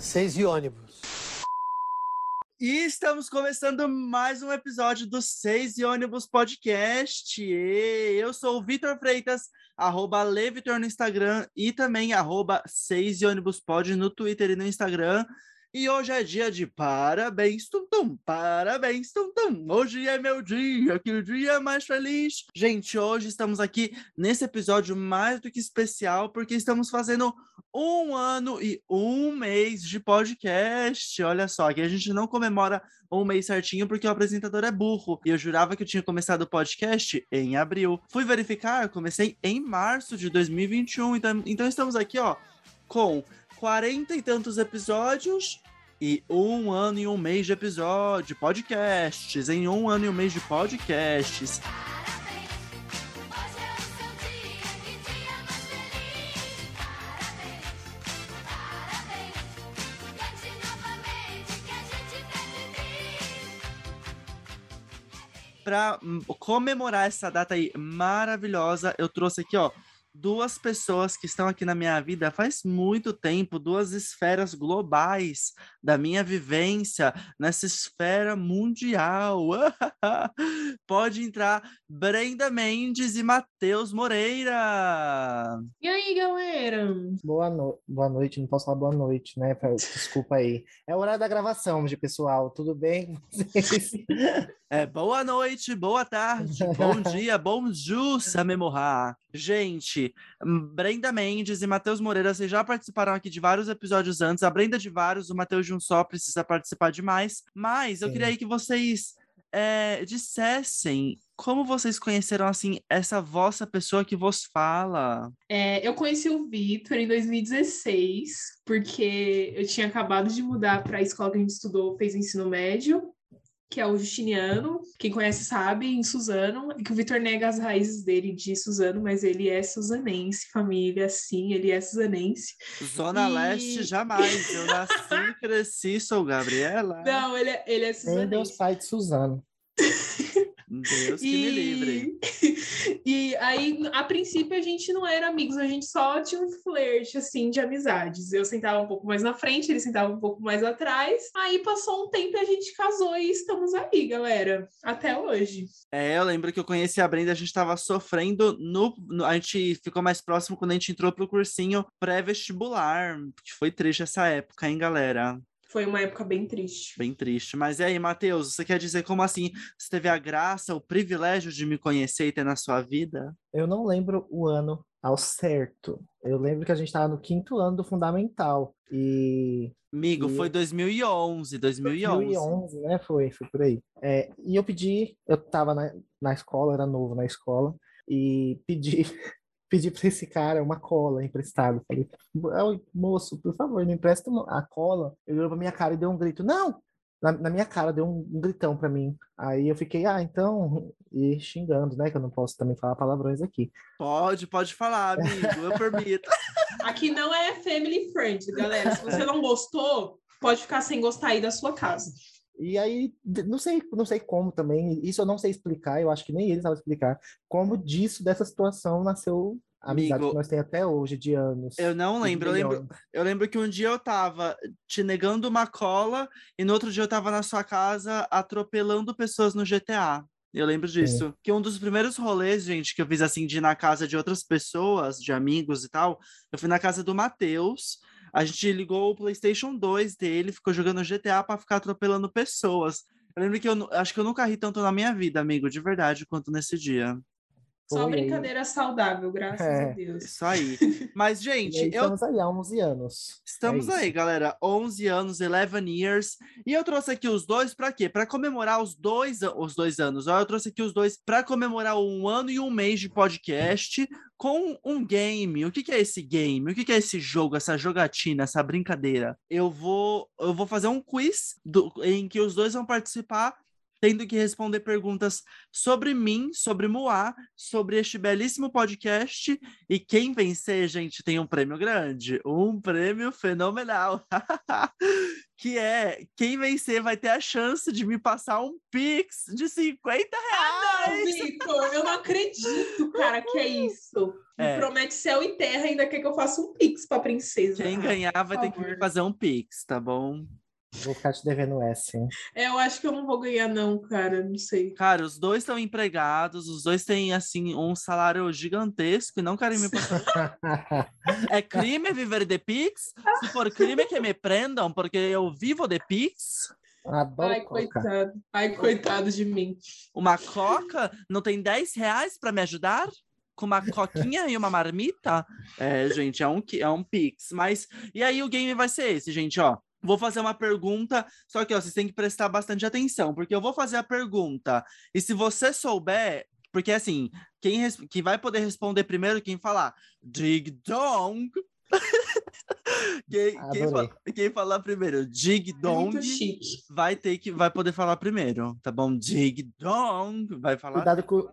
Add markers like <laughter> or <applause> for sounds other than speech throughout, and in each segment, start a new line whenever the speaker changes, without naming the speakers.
Seis de ônibus.
E estamos começando mais um episódio do Seis e Ônibus Podcast. E Eu sou o Vitor Freitas, arroba Levitor no Instagram e também arroba Seis e Ônibus Pod no Twitter e no Instagram. E hoje é dia de parabéns, tum tum, parabéns, tum tum. Hoje é meu dia, que o dia mais feliz. Gente, hoje estamos aqui nesse episódio mais do que especial, porque estamos fazendo um ano e um mês de podcast. Olha só, aqui a gente não comemora um mês certinho porque o apresentador é burro. E eu jurava que eu tinha começado o podcast em abril. Fui verificar, comecei em março de 2021. Então, então estamos aqui, ó, com quarenta e tantos episódios. E um ano e um mês de episódio, podcasts, em um ano e um mês de podcasts.
Parabéns, hoje é o seu dia, que dia mais feliz. Parabéns, parabéns, cante novamente que a gente deve vir.
para hum, comemorar essa data aí maravilhosa, eu trouxe aqui, ó, duas pessoas que estão aqui na minha vida faz muito tempo, duas esferas globais da minha vivência nessa esfera mundial. <laughs> Pode entrar Brenda Mendes e Matheus Moreira.
E aí, galera?
Boa, no... boa noite, não posso falar boa noite, né? Pra- Desculpa aí. É o horário da gravação, de pessoal. Tudo bem <laughs> com vocês?
É, boa noite, boa tarde,
<laughs>
bom dia, bom jussa, memorrar. Gente, Brenda Mendes e Matheus Moreira, vocês já participaram aqui de vários episódios antes. A Brenda de vários, o Matheus de um só precisa participar de mais. Mas eu
Sim.
queria aí que vocês é, dissessem como vocês conheceram, assim, essa vossa pessoa que vos fala.
É, eu conheci o Vitor em 2016, porque eu tinha acabado de mudar para a escola que a gente estudou, fez ensino médio, que é o Justiniano. Quem conhece sabe, em Suzano. E que o Vitor nega as raízes dele de Suzano, mas ele é suzanense, família, sim, ele é suzanense.
Zona
E-
Leste, jamais. Eu nasci, cresci, sou Gabriela.
<laughs> Não, ele é, ele é
Nem
suzanense.
Deus pai de Suzano.
Deus que me livre.
e <laughs> aí, a princípio, a gente não era amigos, a gente só tinha um flerte, assim, de amizades. Eu sentava um pouco mais na frente, ele sentava um pouco mais atrás. Aí passou um tempo e a gente casou e estamos aí, galera. Até hoje.
É, eu lembro que eu conheci a Brenda, a gente tava sofrendo no, no- A gente ficou mais próximo quando a gente entrou pro cursinho pré-vestibular. Que foi triste essa época, hein, galera?
Foi uma época bem triste.
Bem triste. Mas e aí, Matheus, você quer dizer como assim? Você teve a graça, o privilégio de me conhecer e ter na sua vida?
Eu não lembro o ano ao certo. Eu lembro que a gente estava no quinto ano do fundamental. E
Amigo,
Sim.
foi 2011, 2011.
2011, né? Foi, foi por aí. É, e eu pedi, eu tava na, na escola, era novo na escola, e pedi, <laughs> pedi pra esse cara uma cola emprestada. Falei, "Ô, moço, por favor, me empresta uma- a cola. Ele olhou pra minha cara e deu um grito, não! Na, na minha cara, deu um, um gritão pra mim. Aí eu fiquei, ah, então, e xingando, né? Que eu não posso também falar palavrões aqui.
Pode, pode falar, amigo, eu permito.
Aqui não é family friend, galera. Se você não gostou, pode ficar sem gostar aí da sua casa.
E aí, d- não sei, não sei como também, isso eu não sei explicar, eu acho que nem ele sabe explicar, como disso, dessa situação, nasceu a amizade
Amigo,
que nós temos até hoje, de anos.
Eu não
e de
lembro, eu lembro,
milhões.
Eu lembro que um dia eu tava te negando uma cola e no outro dia eu tava na sua casa atropelando pessoas no GTA. Eu lembro disso. Que um dos primeiros rolês, gente, que eu fiz assim de ir na casa de outras pessoas, de amigos e tal, eu fui na casa do Matheus. A gente ligou o PlayStation 2 dele, ficou jogando GTA pra ficar atropelando pessoas. Eu lembro que eu nu- acho que eu nunca ri tanto na minha vida, amigo, de verdade, quanto nesse dia.
Só
Foi aí.
brincadeira saudável, graças
É.
a Deus.
Isso
<laughs>
aí. Mas,
E
gente,
aí,
eu
estamos aí há 11 anos.
Estamos
É
aí, galera. 11 anos, 11 years. E eu trouxe aqui os dois pra quê? Pra comemorar os dois, a- os dois anos. ó. Eu trouxe aqui os dois pra comemorar um ano e um mês de podcast com um game. O que, que é esse game? O que, que é esse jogo, essa jogatina, essa brincadeira? Eu vou, eu vou fazer um quiz do- em que os dois vão participar. Tendo que responder perguntas sobre mim, sobre Moá, sobre este belíssimo podcast e quem vencer, gente, tem um prêmio grande, um prêmio fenomenal. <laughs> que é quem vencer vai ter a chance de me passar um Pix de 50 reais.
Não, Vitor, eu não acredito, cara, que é isso.
É.
Promete céu e terra, ainda quer que eu faça um pix pra princesa.
Quem ganhar vai ter que me
né? favor.
fazer um pix, tá bom?
Vou ficar te devendo essa, hein?
É, eu acho que eu não vou ganhar, não, cara. Não sei.
Cara, os dois estão empregados, os dois têm, assim, um salário gigantesco e não querem me passar. É crime viver de pix? Se for crime, que me prendam, porque eu vivo de pix.
Adoro
Ai,
coca.
coitado. Ai, coitado de mim.
Uma coca não tem 10 reais pra me ajudar? Com uma coquinha e uma marmita? É, gente, é um, qui- é um pix. Mas, e aí o game vai ser esse, gente, ó. Vou fazer uma pergunta, só que ó, vocês têm que prestar bastante atenção, porque eu vou fazer a pergunta. E se você souber, porque assim, quem, res- quem vai poder responder primeiro, é quem falar dig dong. <laughs> quem, quem,
Adorei.
fa- quem falar primeiro dig dong
É Muito chique.
vai ter que vai poder falar primeiro, tá bom? <laughs> Dig dong vai falar.
Cuidado com,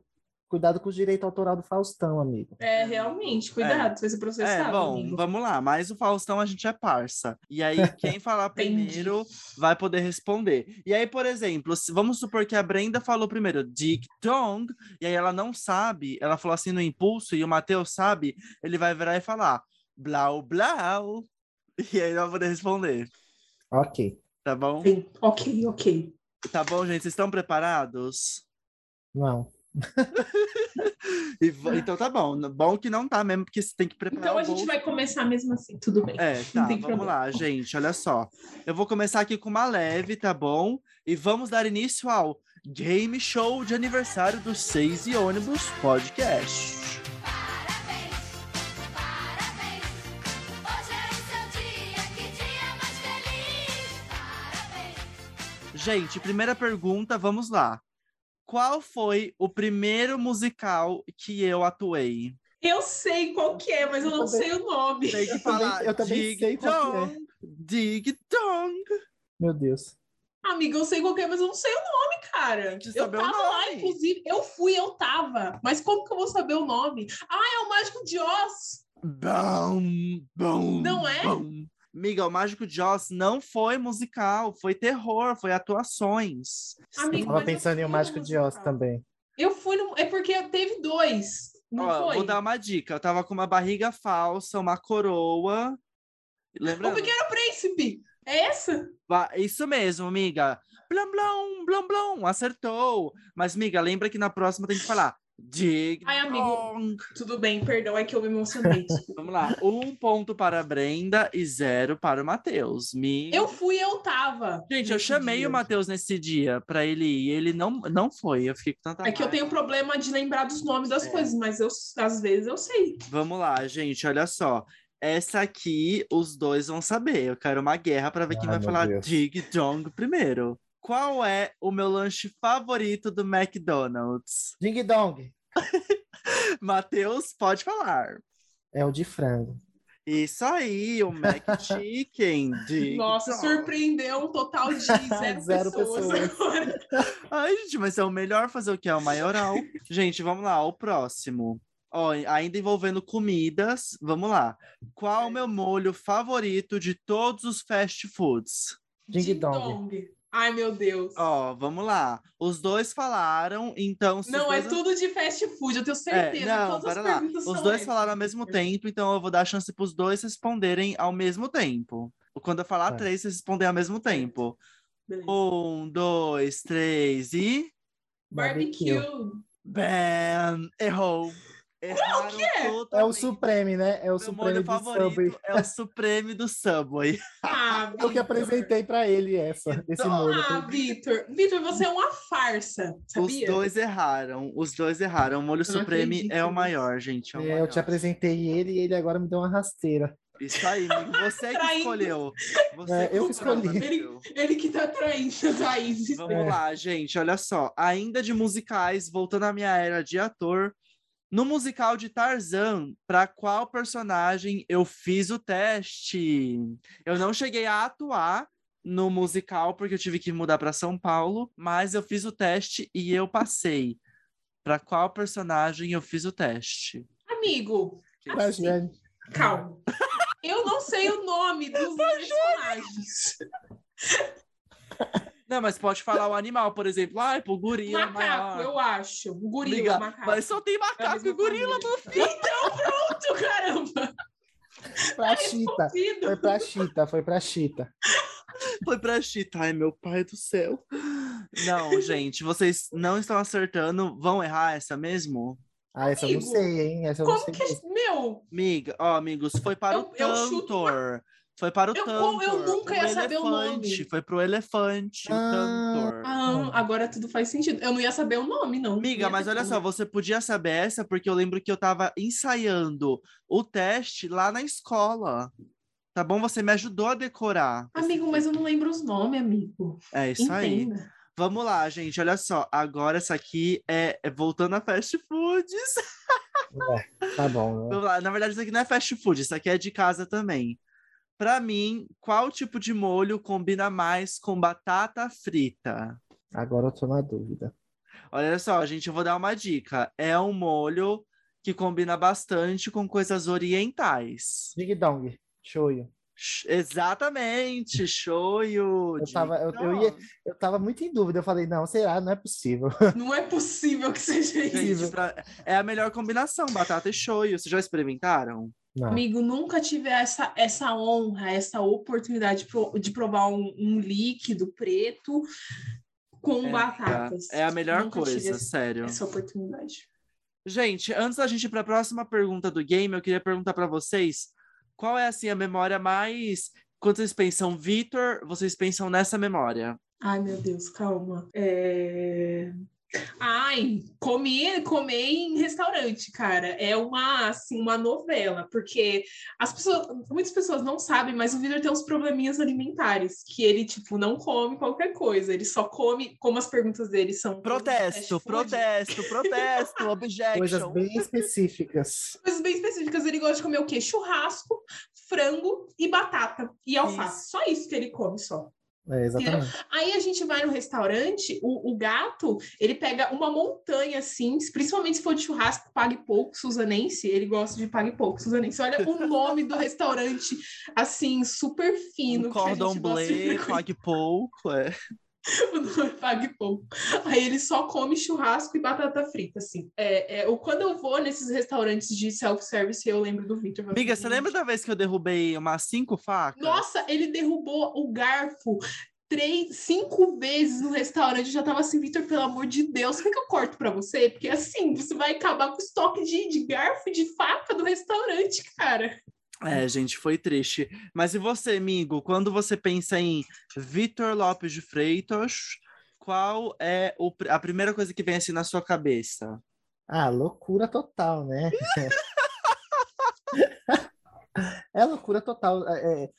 cuidado com o direito autoral do Faustão, amigo.
É, realmente, cuidado, você vai ser processado.
É, bom,
amigo.
vamos lá, mas o Faustão a gente é parça. E aí,
<laughs>
quem falar
Entendi.
primeiro vai poder responder. E aí, por exemplo, se- vamos supor que a Brenda falou primeiro dig dong, e aí ela não sabe, ela falou assim no impulso, e o Matheus sabe, ele vai virar e falar blau blau. <laughs> E aí, ela vai poder responder,
Ok.
tá bom?
Sim, ok, ok.
Tá bom, gente? Vocês estão preparados?
Não.
E vo- então tá bom. Bom que não tá mesmo, porque você tem que preparar
Então
o
a gente
bolso.
vai começar mesmo assim, tudo bem.
<laughs> É, tá,
tem
vamos
problema.
lá, gente, olha só. Eu vou começar aqui com uma leve, tá bom? E vamos dar início ao Game Show de aniversário do Seis e Ônibus Podcast.
Parabéns, parabéns. Hoje é o seu dia, que dia mais feliz. Parabéns,
Gente, primeira pergunta, vamos lá. Qual foi o primeiro musical que eu atuei?
Eu sei qual que é, mas eu não sei o nome.
Tem que
Eu também- eu também
Dig
sei qual que é.
Dong, Dig Dong.
Meu Deus.
Amiga, eu sei qual que é, mas eu não sei o nome, cara.
que
Eu
saber o
tava lá,
nome.
inclusive. Eu fui, eu tava. Mas como que eu vou saber o nome? Ah, é o Mágico de Oz.
Bom, bom,
Não é?
bom. Amiga, o Mágico de Oz não foi musical, foi terror, foi atuações.
Eu
Amigo,
tava
mas eu
pensando em
fui
O Mágico
no
de Oz
musical.
também.
Eu fui no... É porque teve dois. Não
Ó,
foi?
Vou dar uma dica. Eu tava com uma barriga falsa, uma coroa. Lembra?
O Pequeno Príncipe. É essa?
Ba- Isso mesmo, amiga. Blum, blum, blum, blum. Acertou. Mas, amiga, lembra que na próxima tem que falar. Dig
Ai, amigo.
dong.
Tudo bem, perdão. É que eu me emocionei.
Vamos lá. Um ponto para a Brenda e zero para o Matheus. Me...
<laughs> eu fui, eu tava.
Gente, eu
nesse
chamei
dia.
o Matheus nesse dia pra ele ir. Ele não, não foi. Eu fiquei com tanta
É que eu
raiva.
tenho problema de lembrar dos nomes das
É.
coisas, mas eu, às vezes eu sei.
Vamos lá, gente, olha só. Essa aqui, os dois vão saber. Eu quero uma guerra para ver quem
Ai,
vai
Ah, meu
falar
Deus.
Dig Dong primeiro. Qual é o meu lanche favorito do McDonald's? <laughs>
Ding Dong.
Matheus, pode falar.
É o de frango.
Isso aí,
<laughs>
o McChicken. Dig
Nossa,
Dong.
surpreendeu um total
<laughs>
de zero,
Zero
pessoas,
pessoas.
agora.
Ai, gente, mas é o melhor fazer o que? É o
<laughs>
maioral. gente, vamos lá, o próximo. Ó, ainda envolvendo comidas, vamos lá. Qual o meu molho favorito de todos os fast foods?
Ding Dong.
Ai, meu Deus.
Ó, vamos lá. Os dois falaram, então. se os
não, é
dois...
tudo de fast food, eu tenho
É,
certeza.
não,
Todas
para
as
lá.
perguntas
Os
são
dois
essas.
falaram ao mesmo tempo, então eu vou dar a chance para os dois responderem ao mesmo tempo. Quando eu falar
Tá.
três, vocês respondem ao mesmo tempo.
Beleza.
Um, dois, três e.
É
Barbecue.
<laughs> Bam! Errou. Erraram
é?
É o
totalmente.
Supreme, né? É o
Meu molho
Supreme do
favorito
Subway.
é o Supreme do Subway.
Ah,
Eu que
Vitor.
apresentei pra ele essa, esse
Dong.
molho.
Ah, Vitor. Vitor, você é uma farsa,
Os
sabia?
dois erraram. Os dois erraram. O molho
não
Supreme é
acredito
o
nisso.
maior, gente. É o
É, eu
maior.
te apresentei ele e ele agora me deu uma rasteira.
Isso aí, amigo. Você que
Traindo.
escolheu. Você
É,
que
eu que
escolheu,
escolhi.
Matheus.
Ele que tá traindo a Thaís.
Vamos
É.
lá, gente. Olha só. Ainda de musicais, voltando à minha era de ator. No musical de Tarzan, para qual personagem eu fiz o teste? Eu não cheguei a atuar no musical porque eu tive que mudar para São Paulo, mas eu fiz o teste e eu passei. Para qual personagem eu fiz o teste?
Amigo,
Tá,
Assim.
gente?
calma.
<laughs>
Eu não sei o nome dos personagens.
Não, mas pode falar o animal, por exemplo. Ai, pô, gorila
macaco,
é maior.
eu acho. O gorila,
Liga,
o macaco.
Mas só tem
É a
macaco
mesma
e gorila,
família.
meu filho. <laughs>
Puto, caramba!
Pra Chita.
Duvido.
Foi pra Chita, foi pra Chita.
Foi pra Chita. Ai, meu pai do céu. Não, gente, vocês não estão acertando. Vão errar essa mesmo?
Ah, essa eu não
Amigo,
sei, hein? Essa eu não
Como
sei.
que. é
mesmo.
Meu,
Miga, ó, amigos, foi para o
Eu- eu chuto
Tantor. Foi para o
Eu-
Tantor.
como eu nunca
o
ia saber o nome?
elefante, Foi pro elefante, o
Ah.
Tantor.
ah, agora tudo faz sentido. Eu não ia saber o nome, não. Não
Amiga,
ia
mas
ter
olha
como.
só, você podia saber essa porque eu lembro que eu tava ensaiando o teste lá na escola. Tá bom? Você me ajudou a decorar.
Amigo, mas eu não lembro os nomes, amigo.
É isso aí.
Entenda.
Vamos lá, gente. Olha só. Agora essa aqui é, é voltando a fast
<laughs>
foods.
Tá bom.
Vamos lá. Na verdade, isso aqui não é fast food, isso aqui é de casa também. Pra mim, qual tipo de molho combina mais com batata frita?
Agora eu tô na dúvida.
Olha só, gente, eu vou dar uma dica. É um molho que combina bastante com coisas orientais.
Dig Dong, shoyu.
Sh-
<laughs>
Exatamente, shoyu.
Eu tava- eu- eu ia- Eu tava muito em dúvida. Eu falei, não, será? Não é possível.
Não é possível que seja isso.
Gente, pra- É a melhor combinação, batata e shoyu. Vocês já experimentaram?
Não.
Amigo, nunca tive essa, essa honra, essa oportunidade pro- de provar um, um líquido preto com
É,
batatas.
É a melhor
Nunca tive
coisa,
essa-
sério.
Essa oportunidade.
Gente, antes da gente ir para a próxima pergunta do game, eu queria perguntar para vocês qual é assim a memória mais quando vocês pensam Vitor, vocês pensam nessa memória.
Ai, meu Deus, calma. É... Ai, comer, comer em restaurante, cara, é uma, assim, uma novela, porque as pessoas, muitas pessoas não sabem, mas o Vitor tem uns probleminhas alimentares, que ele, tipo, não come qualquer coisa, ele só come, como as perguntas dele são...
Protesto,
fast food,
protesto, <laughs> protesto,
É,
Coisas
objection.
bem específicas. É,
Coisas bem específicas, ele gosta de comer o quê? Churrasco, frango e batata, e alface, só isso que ele come, só.
É, exatamente.
Aí a gente vai no restaurante, o, o gato, ele pega uma montanha assim, principalmente se for de churrasco, pague pouco, Suzanense, ele gosta de pague pouco, Suzanense. Olha
<laughs>
o nome do restaurante, assim, super fino.
Um
que a gente
cordon
gosta de
bleu,
frequentar,
pague pouco. É.
<laughs> o nome é pague pouco. Aí ele só come churrasco e batata frita, assim. É, é, eu- quando eu vou nesses restaurantes de self-service, eu lembro do Victor. eu falo, assim,
Amiga, você
"Gente,
lembra da vez que eu derrubei umas cinco facas?
Nossa, ele derrubou o garfo três, cinco vezes no restaurante. Eu já tava assim, Vitor, pelo amor de Deus, quer que eu corto pra você? Porque assim, você vai acabar com o estoque de, de garfo e de faca do restaurante, cara.
É, gente, foi triste. Mas e você, amigo, quando você pensa em Vitor Lopes de Freitas, qual é o pr- a primeira coisa que vem assim na sua cabeça?
Ah, loucura total, né? É loucura total. É, é,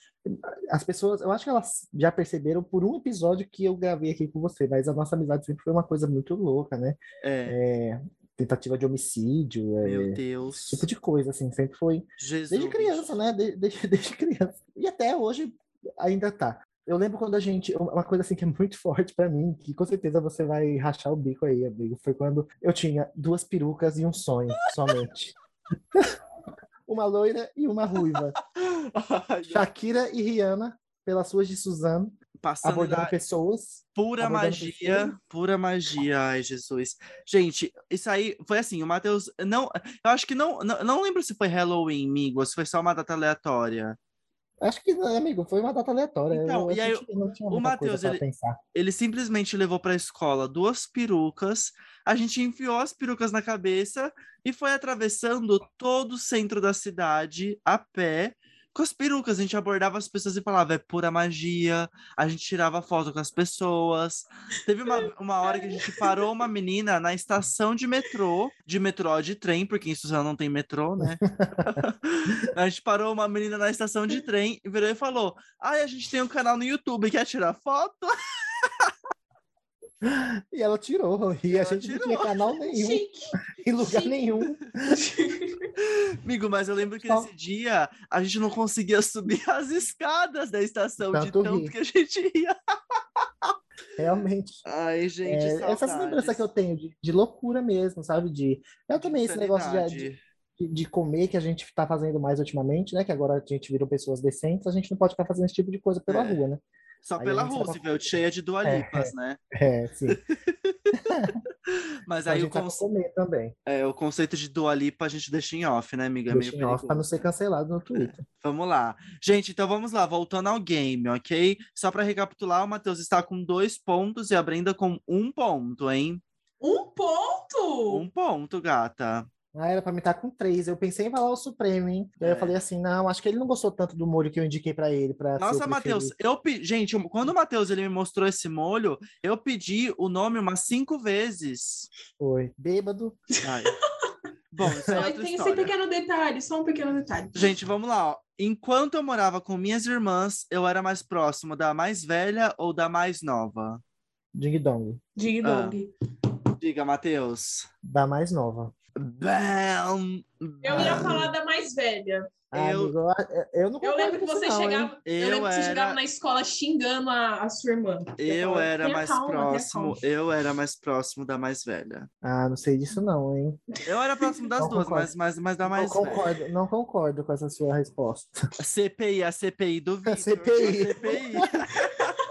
as pessoas, eu acho que elas já perceberam por um episódio que eu gravei aqui com você, mas a nossa amizade sempre foi uma coisa muito louca, né?
É,
É, tentativa de homicídio, é,
meu
esse
Deus.
tipo de coisa, assim, sempre foi.
Jesus.
Desde criança, né? De- <laughs> Desde, desde criança. E até hoje ainda tá. Eu lembro quando a gente. Uma coisa assim que é muito <laughs> forte pra mim, que com certeza você vai rachar o bico aí, amigo, foi quando eu tinha duas perucas e um sonho somente. <laughs> uma loira e uma
<laughs>
ruiva.
<laughs> Ai,
Shakira e Rihanna, pelas suas de Suzano,
Passando
abordando
da
pessoas.
pura
abordando
magia, pura magia, ai Jesus. Gente, isso aí foi assim, o Matheus, não, eu acho que não, não, não lembro se foi Halloween, amigo, ou se foi só uma data aleatória.
Acho que, né, amigo, foi uma data aleatória.
Então,
eu,
e aí
senti que não tinha
o
muita
Matheus,
coisa pra
ele-
pensar.
ele simplesmente levou para a escola duas perucas, a gente enfiou as perucas na cabeça e foi atravessando todo o centro da cidade a pé. Com as perucas, a gente abordava as pessoas e falava, é pura magia. A gente tirava foto com as pessoas. Teve uma, uma hora que a gente parou uma menina na estação de metrô, de metrô de trem, porque em Suzano não tem metrô, né? a gente parou uma menina na estação de trem e virou e falou: Ai, a gente tem um canal no YouTube, quer tirar foto?
E ela tirou, e a
Ela
gente não
tirou.
tinha canal nenhum,
Chique.
um
em lugar
Sim.
nenhum.
Amigo, mas eu lembro que
Só-
nesse dia a gente não conseguia <laughs> subir as escadas da estação de
Tanto
tanto
rir.
que a gente ia.
Realmente.
Ai, gente,
É, essas lembranças que eu tenho de, de loucura mesmo, sabe? De, eu também esse negócio de- de, de, comer que a gente
<laughs>
tá fazendo mais ultimamente, né? Que agora a gente virou pessoas decentes, a gente não pode ficar fazendo esse tipo de coisa pela
É.
rua, né?
Só
Aí a
pela
gente tava-
Roosevelt, cheia de dualipas, né?
É, sim.
Mas
a
aí
gente
o,
vai
conce-
comer também.
é, o conceito de dualipa a gente deixa em off, né, amiga? É meio
Deixa em off pra não
perigoso.
ser cancelado no
<laughs>
Twitter.
Vamos lá. Gente, então vamos lá, voltando ao game, ok? Só para recapitular, o Matheus está com dois pontos e a Brenda com um ponto, hein?
<laughs> Um ponto!
Um ponto, gata.
Ah, era pra mim estar com três. Eu pensei em falar o Supremo, hein? Daí
É.
eu falei assim, não, acho que ele não gostou tanto do molho que eu indiquei pra ele. Pra ser o
Nossa, Matheus,
preferido.
eu pedi. Gente, eu- quando o Matheus ele me mostrou esse molho, eu pedi o nome umas cinco vezes.
Foi. Bêbado.
Ai. Bom, isso aí é
Só
outra
tem esse
história.
pequeno detalhe, só um pequeno detalhe.
Gente, vamos lá. Ó. Enquanto eu morava com minhas irmãs, eu era mais próximo da mais velha ou da mais nova?
Ding Dong.
Ding
ah.
dong.
Diga, Matheus.
Da mais nova.
Bam!
Eu
Ah.
ia falar da mais velha.
Ah,
Eu-
amigo, eu, eu não
Eu
concordo
lembro que
com isso
você
não, hein?
chegava. Eu,
Eu
lembro que você
era-
chegava na escola xingando a, a sua irmã.
Eu
falava,
era
"Tenha
mais
calma, tenha
próximo,
calma."
eu era mais próximo da mais velha.
Ah, não sei disso não, hein?
Eu era próximo das
Não
duas,
concordo.
mas, mas, mas da
Não
né?
mais velha.
concordo, não concordo com essa sua resposta.
A CPI, a CPI do Vitor.
CPI.
a CPI. <laughs>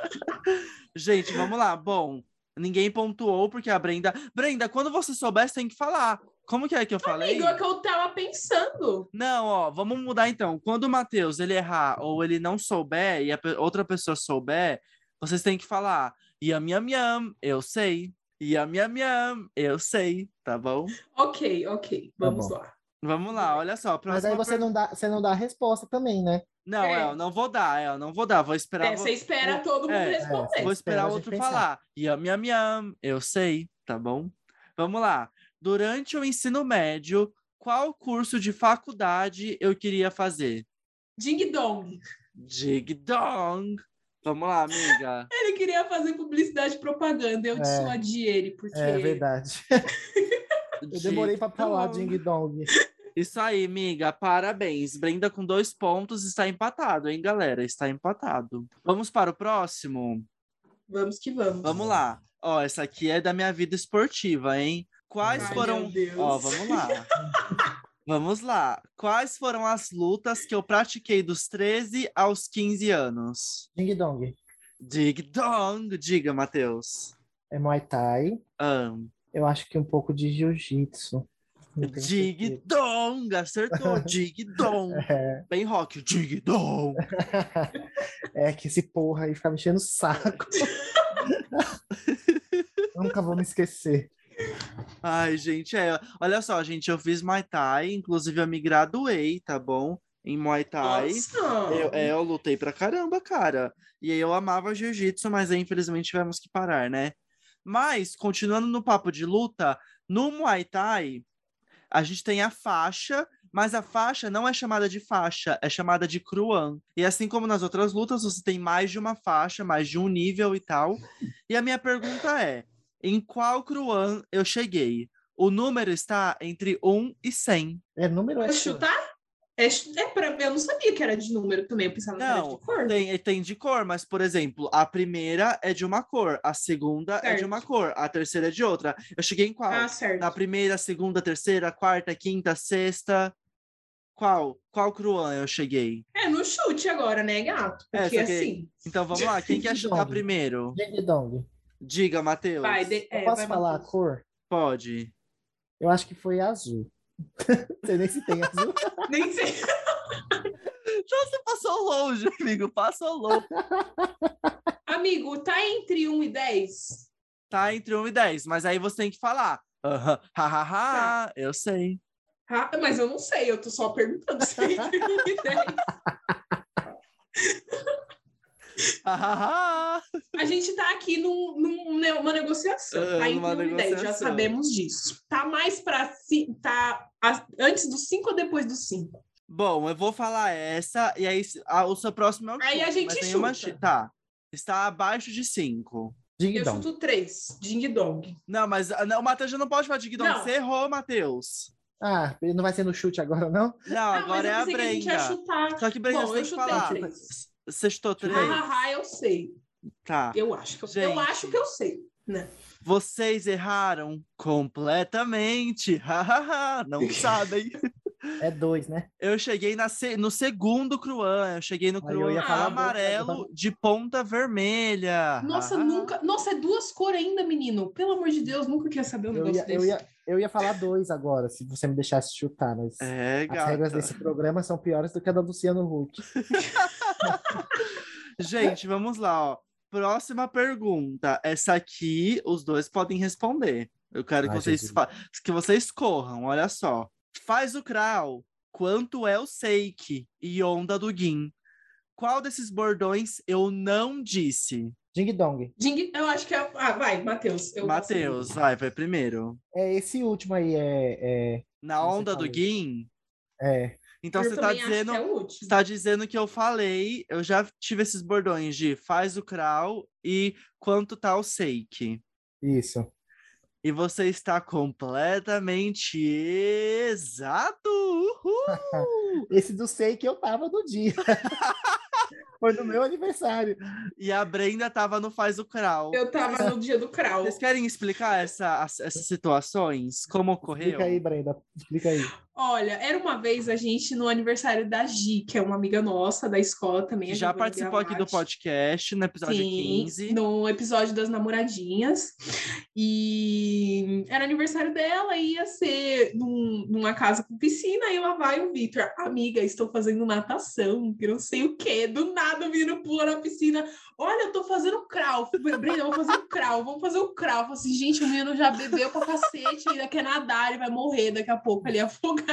Gente, vamos lá. Bom, ninguém pontuou porque a Brenda. Brenda, quando você souber, você tem que falar. Como que é que eu falei?
Amigo, é o que eu tava pensando.
Não, ó, vamos mudar então. Quando o Matheus ele errar ou ele não souber e a pe- outra pessoa souber, vocês têm que falar: Yam, yam, yam, eu sei. Yam, yam, yam, eu sei. Tá bom?
Ok, ok. Vamos
Tá bom.
lá.
Vamos lá, olha só.
<laughs> Mas
Próxima
aí você
per-
não dá, você não dá a resposta também, né?
Não,
É.
é, eu não vou dar, é, eu não vou dar. Vou esperar.
É,
vo-
você espera todo mundo
É, é,
responder.
Vou esperar
Espera a
o
gente
outro
pensar.
falar. Yam, yam, yam. Eu sei, tá bom? Vamos lá. Durante o ensino médio, qual curso de faculdade eu queria fazer?
Ding dong.
Dig dong. Vamos lá, amiga.
Ele queria fazer publicidade e propaganda. Eu
É.
dissuadi ele, porque.
É verdade. <laughs> Eu demorei pra falar Ding Dong.
Isso aí, amiga. Parabéns. Brenda com dois pontos está empatado, hein, galera? Está empatado. Vamos para o próximo?
Vamos que vamos.
Vamos lá. Ó, essa aqui é da minha vida esportiva, hein? Quais
Ai,
foram
meu Deus.
Ó, vamos
<laughs>
lá. vamos lá. Quais foram as lutas que eu pratiquei dos 13 aos 15 anos?
Ding Dong.
Dig dong, diga, Matheus.
É Muay Thai.
Ahn,
Eu acho que um pouco de Jiu-Jitsu. Não tenho
dig
certeza.
dong,
<laughs>
acertou. dig dong.
É.
Bem rock, dig dong.
É que esse porra aí ficava enchendo o
<laughs>
saco. Nunca vou me esquecer.
Ai, gente, é. Olha só, gente, eu fiz Muay Thai, inclusive eu me graduei, tá bom? Em Muay Thai.
Nossa.
Eu, é, eu lutei pra caramba, cara. E aí eu amava jiu-jitsu, mas aí infelizmente tivemos que parar, né? Mas, continuando no papo de luta, no Muay Thai, a gente tem a faixa, mas a faixa não é chamada de faixa, é chamada de cruan. E assim como nas outras lutas, você tem mais de uma faixa, mais de um nível e tal. E a minha pergunta é: em qual cruan eu cheguei? O número está entre 1 e 100.
É número
Pra
é
chutar? É, chu- é pra... Eu não sabia que era de número também, eu pensava que era
Não,
de cor.
Tem, eh, tem de cor, mas, por exemplo, a primeira é de uma cor, a segunda é de
Certo.
uma cor, a terceira é de outra. Eu cheguei em qual?
Ah, certo.
Na primeira, segunda, terceira, quarta, quinta, sexta. Qual? Qual Cruan eu cheguei?
É no chute agora, né, gato?
É,
Porque
só que-
assim.
Então vamos lá, quem quer chutar
Dong.
primeiro?
Ding Dong.
Diga, Matheus.
Vai, de...
Eu
é,
posso
vai
falar a
Matheus.
cor?
Pode.
Eu acho que foi azul. <laughs> Não sei nem se tem azul.
Nem sei. <laughs>
Então você passou longe, amigo, passou longe.
Amigo, tá entre 1 e 10?
<laughs> Tá entre 1 e 10, mas aí você tem que falar. Aham, ha, ha,
Tá.
ha, eu sei.
Ah, mas eu não sei, eu tô só perguntando se é entre 1 e 10.
Ha, ha, ha.
A gente tá aqui num, num- né, uma negociação,
É,
tá entre
numa
1 e 10, já
negociação.
sabemos disso. Tá mais pra. Ci... Tá a- antes do 5 ou depois do 5?
Bom, eu vou falar essa, e aí se- a- o seu próximo é o
Aí a
chute,
gente
mas tem uma
chuta.
chi- Tá. Está abaixo de 5.
Ding
Eu
Dong.
chuto 3, ding dong.
Não, mas ah, não, o Matheus já não pode falar de Guidon.
Não.
Você errou, Matheus.
Ah, ele não vai ser no chute agora, não?
Não,
Ah, mas
agora
eu
é a
pensei que a gente
Brenda.
ia chutar.
Só que Brenda,
Bom,
você
eu
tem que
chutei
falar.
três.
S- Você chutou três?
Ah, ah, eu sei.
Tá.
Eu acho que eu, eu
Gente.
acho que eu sei.
<laughs>
Vocês erraram completamente. Hahaha, não sabem.
É dois, né?
Eu cheguei na se- no segundo Cruan. Eu cheguei no
Aí eu
Cruan
ia
falar
amarelo
dois,
de ponta vermelha.
Nossa,
Ah,
nunca. Nossa, é duas cores ainda, menino. Pelo amor de Deus, nunca queria saber um
Eu
negócio
ia, eu,
desse.
ia, eu ia falar dois agora, se você me deixasse chutar, mas
É,
as regras
gata.
desse programa são piores do que a da Luciano Huck.
Gente, vamos lá, ó. Próxima pergunta. Essa aqui, os dois podem responder. Eu quero que
Ai,
vocês
Jesus.
fa- que vocês corram, olha só. Faz o crawl. Quanto é o Seiki e onda do Gin? Qual desses bordões eu não disse?
Ding Dong.
Ding- Eu acho que é. Ah, vai, Matheus. eu-
Matheus, vai, vai primeiro.
É esse último aí, é. é,
Na
Você
onda do
falou.
Gin?
é.
Então
eu
você tá
também acho
dizendo tá
Que é o último.
está dizendo que eu falei, eu já tive esses bordões de faz o crawl e quanto tá o Seiki.
Isso.
E você está completamente exato! Uhul!
<laughs>
Esse do sei que eu tava no dia. Foi no meu aniversário.
e a Brenda tava no faz o crawl.
Eu
Tá.
tava no dia do Krau.
Vocês querem explicar essa, as- essas situações? Como ocorreu?
Explica aí, Brenda. Explica aí.
Olha, era uma vez a gente no aniversário da Gi, que é uma amiga nossa da escola também.
Que
a
já
Giovana
participou aqui do
Gravatti.
podcast, no episódio 15.
no episódio das namoradinhas. E era aniversário dela, e ia ser num- numa casa com piscina, e lá vai o Victor. Amiga, estou fazendo natação, que não sei o quê. Do nada o menino pula na piscina. Olha, eu tô fazendo crawl. Brenda, vamos fazer um crawl, vamos fazer um crawl. Eu falo assim, gente, o menino já bebeu pra cacete, ainda quer nadar, ele vai morrer daqui a pouco ali afogado.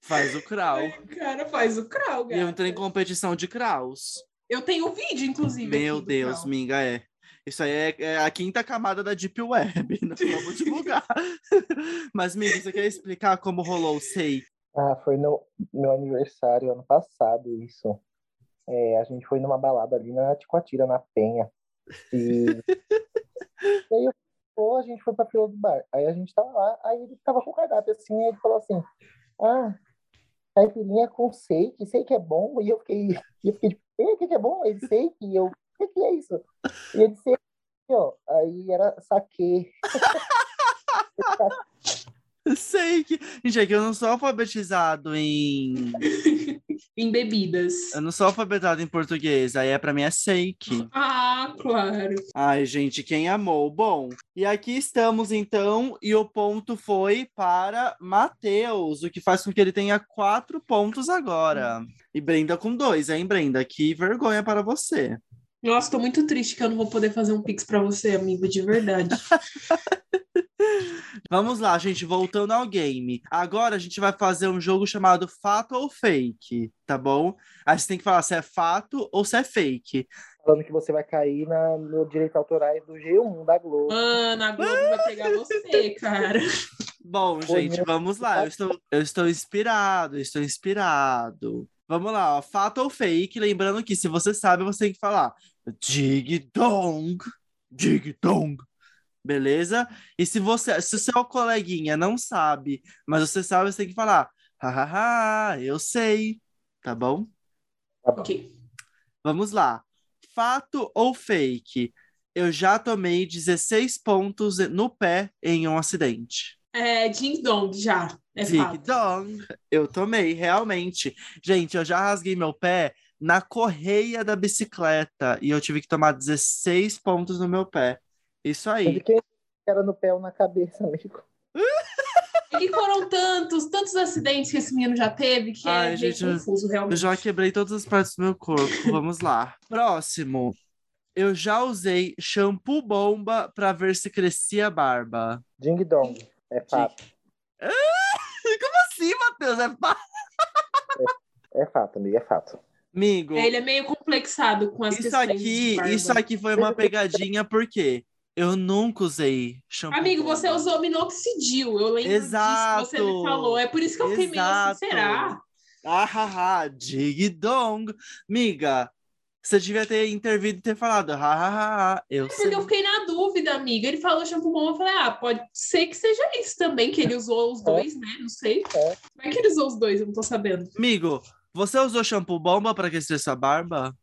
Faz o crawl.
<laughs> O cara faz o crawl,
E eu
gata.
entrei em competição de crawls.
Eu tenho o vídeo, inclusive.
Meu
aqui do
Deus,
crawl.
minga, é. Isso aí é, é a quinta camada da Deep Web, <laughs>
<laughs>
não vamos divulgar. Mas, minga, você quer explicar como rolou o sei?
Ah, foi no meu aniversário ano passado, isso. É, a gente foi numa balada ali na Ticoatira, na Penha. E e aí eu- pô, a gente foi pra fila do bar. Aí a gente tava lá, aí ele tava com o cardápio assim, aí ele falou assim, ah, caipirinha com shake, sei que é bom. E eu fiquei, e eu fiquei tipo, "Eh, o que que é bom? Ele sei que eu, o que que é isso? E ele sei, ó, aí era saquê.
<laughs> Sei que. Gente, é que eu não sou alfabetizado em.
Em bebidas.
Eu não sou alfabetizado em português. Aí é pra mim é Seiki.
Ah, claro.
Ai, gente, quem amou? Bom, e aqui estamos então. E o ponto foi para Matheus, o que faz com que ele tenha quatro pontos agora. E Brenda com dois, hein, Brenda? Que vergonha para você.
Nossa, tô muito triste que eu não vou poder fazer um pix pra você, amigo,
<laughs>
de verdade.
Vamos lá, gente, voltando ao game. Agora a gente vai fazer um jogo chamado Fato ou Fake, tá bom? Aí você tem que falar se é fato ou se é fake.
Falando que você vai cair na, no direito autorais do G1 da Globo.
Mano, a Globo vai pegar você, cara.
Bom,
Foi
gente,
mesmo.
vamos lá. Eu estou, eu estou inspirado, eu estou inspirado. Vamos lá, ó. Fato ou fake? Lembrando que se você sabe, você tem que falar Dig Dong, Dig Dong. Beleza? E se você, se o seu coleguinha não sabe, mas você sabe, você tem que falar hahaha, eu sei. Tá bom?
Ok.
Vamos lá. Fato ou fake? Eu já tomei 16 pontos no pé em um acidente.
É, Ding Dong, já. É
Dig
fato.
dong. Eu tomei, realmente. Gente, eu já rasguei meu pé na correia da bicicleta e eu tive que tomar 16 pontos no meu pé. Isso
Eu
aí.
fiquei cara no pé ou na cabeça, amigo.
É que foram tantos, tantos acidentes que esse menino já teve que
Ai,
é
gente, eu-
bem confuso,
Eu
realmente.
já quebrei todas as partes do meu corpo. Vamos lá. Próximo. Eu já usei shampoo bomba para ver se crescia a barba.
Ding Dong. É fato.
assim, Matheus? É fácil.
É fato, amigo, é fato.
Amigo,
É, Ele é meio complexado com as
isso
questões de
aqui,
barba.
isso aqui é foi
<laughs>
uma pegadinha, porque eu nunca usei shampoo.
Amigo,
bomba.
você usou minoxidil, eu lembro
Exato.
disso que você me falou. É por isso que eu fiquei meio
Exato.
assim, será?
Ah, ha, ha, dig dong. Miga, você devia ter intervido e ter falado. Ha, ha, ha, ha, eu sei.
É Porque eu fiquei na dúvida, amiga. Ele falou shampoo bom, eu falei, ah, pode ser que seja isso também, que ele usou os dois, né? Não sei.
É.
Como é que ele usou os dois? Eu não tô sabendo.
Amigo, você usou shampoo bomba para crescer sua barba?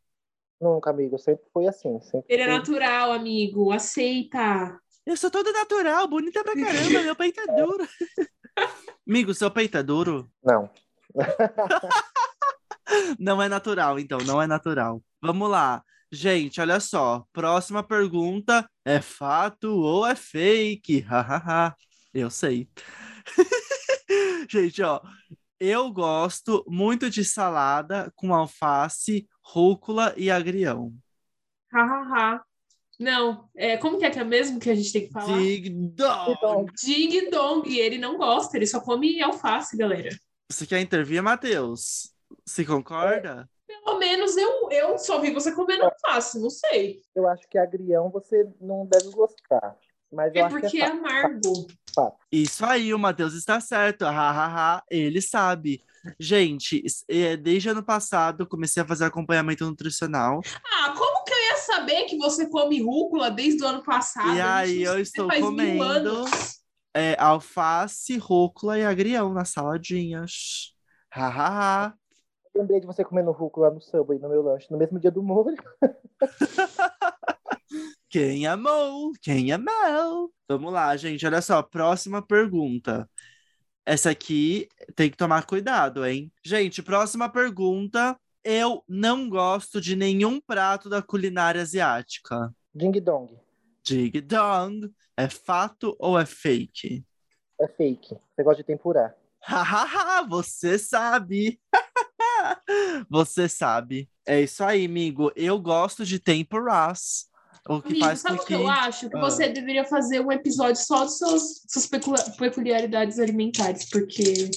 Nunca, amigo, sempre foi assim. Sempre
Ele é
foi.
natural, amigo. Aceita. <laughs>
Eu sou toda natural, bonita pra caramba, meu peito é duro. Amigo, seu peito é duro?
assim. Não.
Não é natural, então, não é natural. Vamos lá. Gente, olha só. Próxima pergunta é fato ou é fake? <laughs> Hahaha. Eu sei. <laughs> Gente, ó. Eu gosto muito de salada com alface, rúcula e agrião.
Hahaha. Não, é, como que é que é mesmo que a gente tem que falar?
Dig dong!
Então,
Ding Dong, e ele não gosta, ele só come alface, galera.
Você quer intervir, Matheus? Se concorda?
Pelo menos eu, eu só vi você comendo
É.
alface, não sei.
eu acho que agrião você não deve gostar. Mas eu
É
acho que
porque
é
é
fácil.
amargo.
Isso aí, o Matheus está certo. Ha, ha, ha, ele sabe. Gente, s- eh, desde ano passado comecei a fazer acompanhamento nutricional.
Ah, como que eu ia saber que você come rúcula desde o ano passado?
e
A
aí
gente não
eu
se
estou
faz mil
comendo
anos.
eh, alface, rúcula e agrião na saladinha. Shhh. Ha, ha, ha.
Eu lembrei de você comendo rúcula no Subway, no meu lanche, no mesmo dia do molho.
Quem amou? Quem amou? Vamos lá, gente. Olha só, próxima pergunta. Essa aqui tem que tomar cuidado, hein? Gente, próxima pergunta. Eu não gosto de nenhum prato da culinária asiática.
<laughs> Ding dong.
Dig dong. É fato ou é fake?
É fake. Você gosta de tempurá.
Hahaha, você sabe. <laughs> você sabe. É isso aí, amigo. Eu gosto de tempuras. O que
Amigo,
faz
sabe
com
o que eu acho? Que
Ah.
você deveria fazer um episódio só de suas, suas pecula- peculiaridades alimentares, porque